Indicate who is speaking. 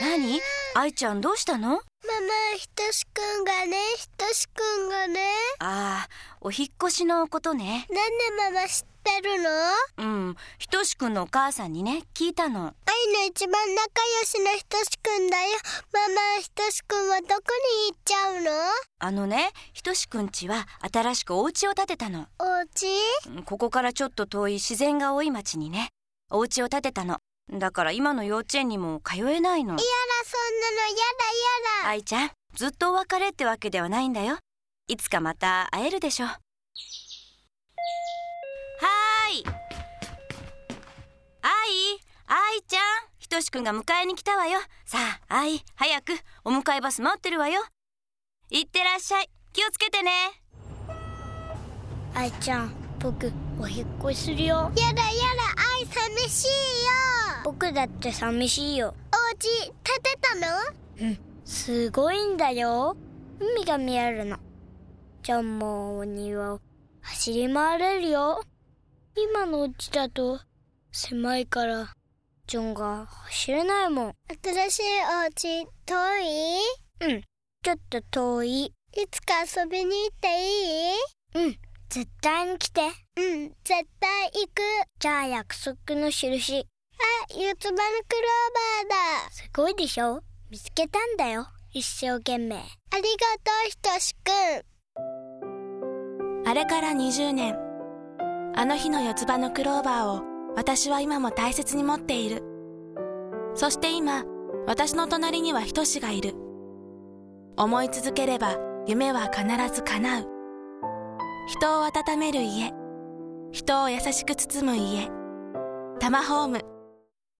Speaker 1: 何愛ちゃんどうしたの
Speaker 2: ママ、ひとしくんがね、ひとしくんがね。
Speaker 1: ああ、お引っ越しのことね。
Speaker 2: なんでママ知ってるの
Speaker 1: うん、ひとしくんのお母さんにね、聞いたの。
Speaker 2: 愛の一番仲良しなひとしくんだよ。ママ、ひとしくんはどこに行っちゃうの
Speaker 1: あのね、ひとしくんちは新しくお家を建てたの。
Speaker 2: お家
Speaker 1: うんここからちょっと遠い自然が多い町にね、お家を建てたの。だから今の幼稚園にも通えないの。
Speaker 2: やだ、そんなのやだやだ。
Speaker 1: 愛ちゃん、ずっとお別れってわけではないんだよ。いつかまた会えるでしょう。はーい。愛、愛ちゃん、ひとしくんが迎えに来たわよ。さあ、愛、早く、お迎えバス待ってるわよ。行ってらっしゃい。気をつけてね。
Speaker 2: 愛ちゃん、僕、お引っ越しするよ。やだやだ、愛寂しいよ。僕だって寂しいよ。お家建てたの
Speaker 3: すごいんだよ。海が見えるの。じゃあもうお庭を走り回れるよ。今のうちだと狭いから、ジョンが走れないもん。
Speaker 2: 新しいお家遠い
Speaker 3: うん。ちょっと遠い。
Speaker 2: いつか遊びに行っていい
Speaker 3: うん。絶対に来て。
Speaker 2: うん、絶対行く。
Speaker 3: じゃあ約束の印。
Speaker 2: あ、四つ葉のクローバーだ。
Speaker 3: すごいでしょ見つけたんだよ。一生懸命。
Speaker 2: ありがとう、ひとしくん。
Speaker 4: あれから20年。あの日の四つ葉のクローバーを私は今も大切に持っている。そして今、私の隣にはひとしがいる。思い続ければ夢は必ず叶う。人を温める家。人を優しく包む家。タマホーム。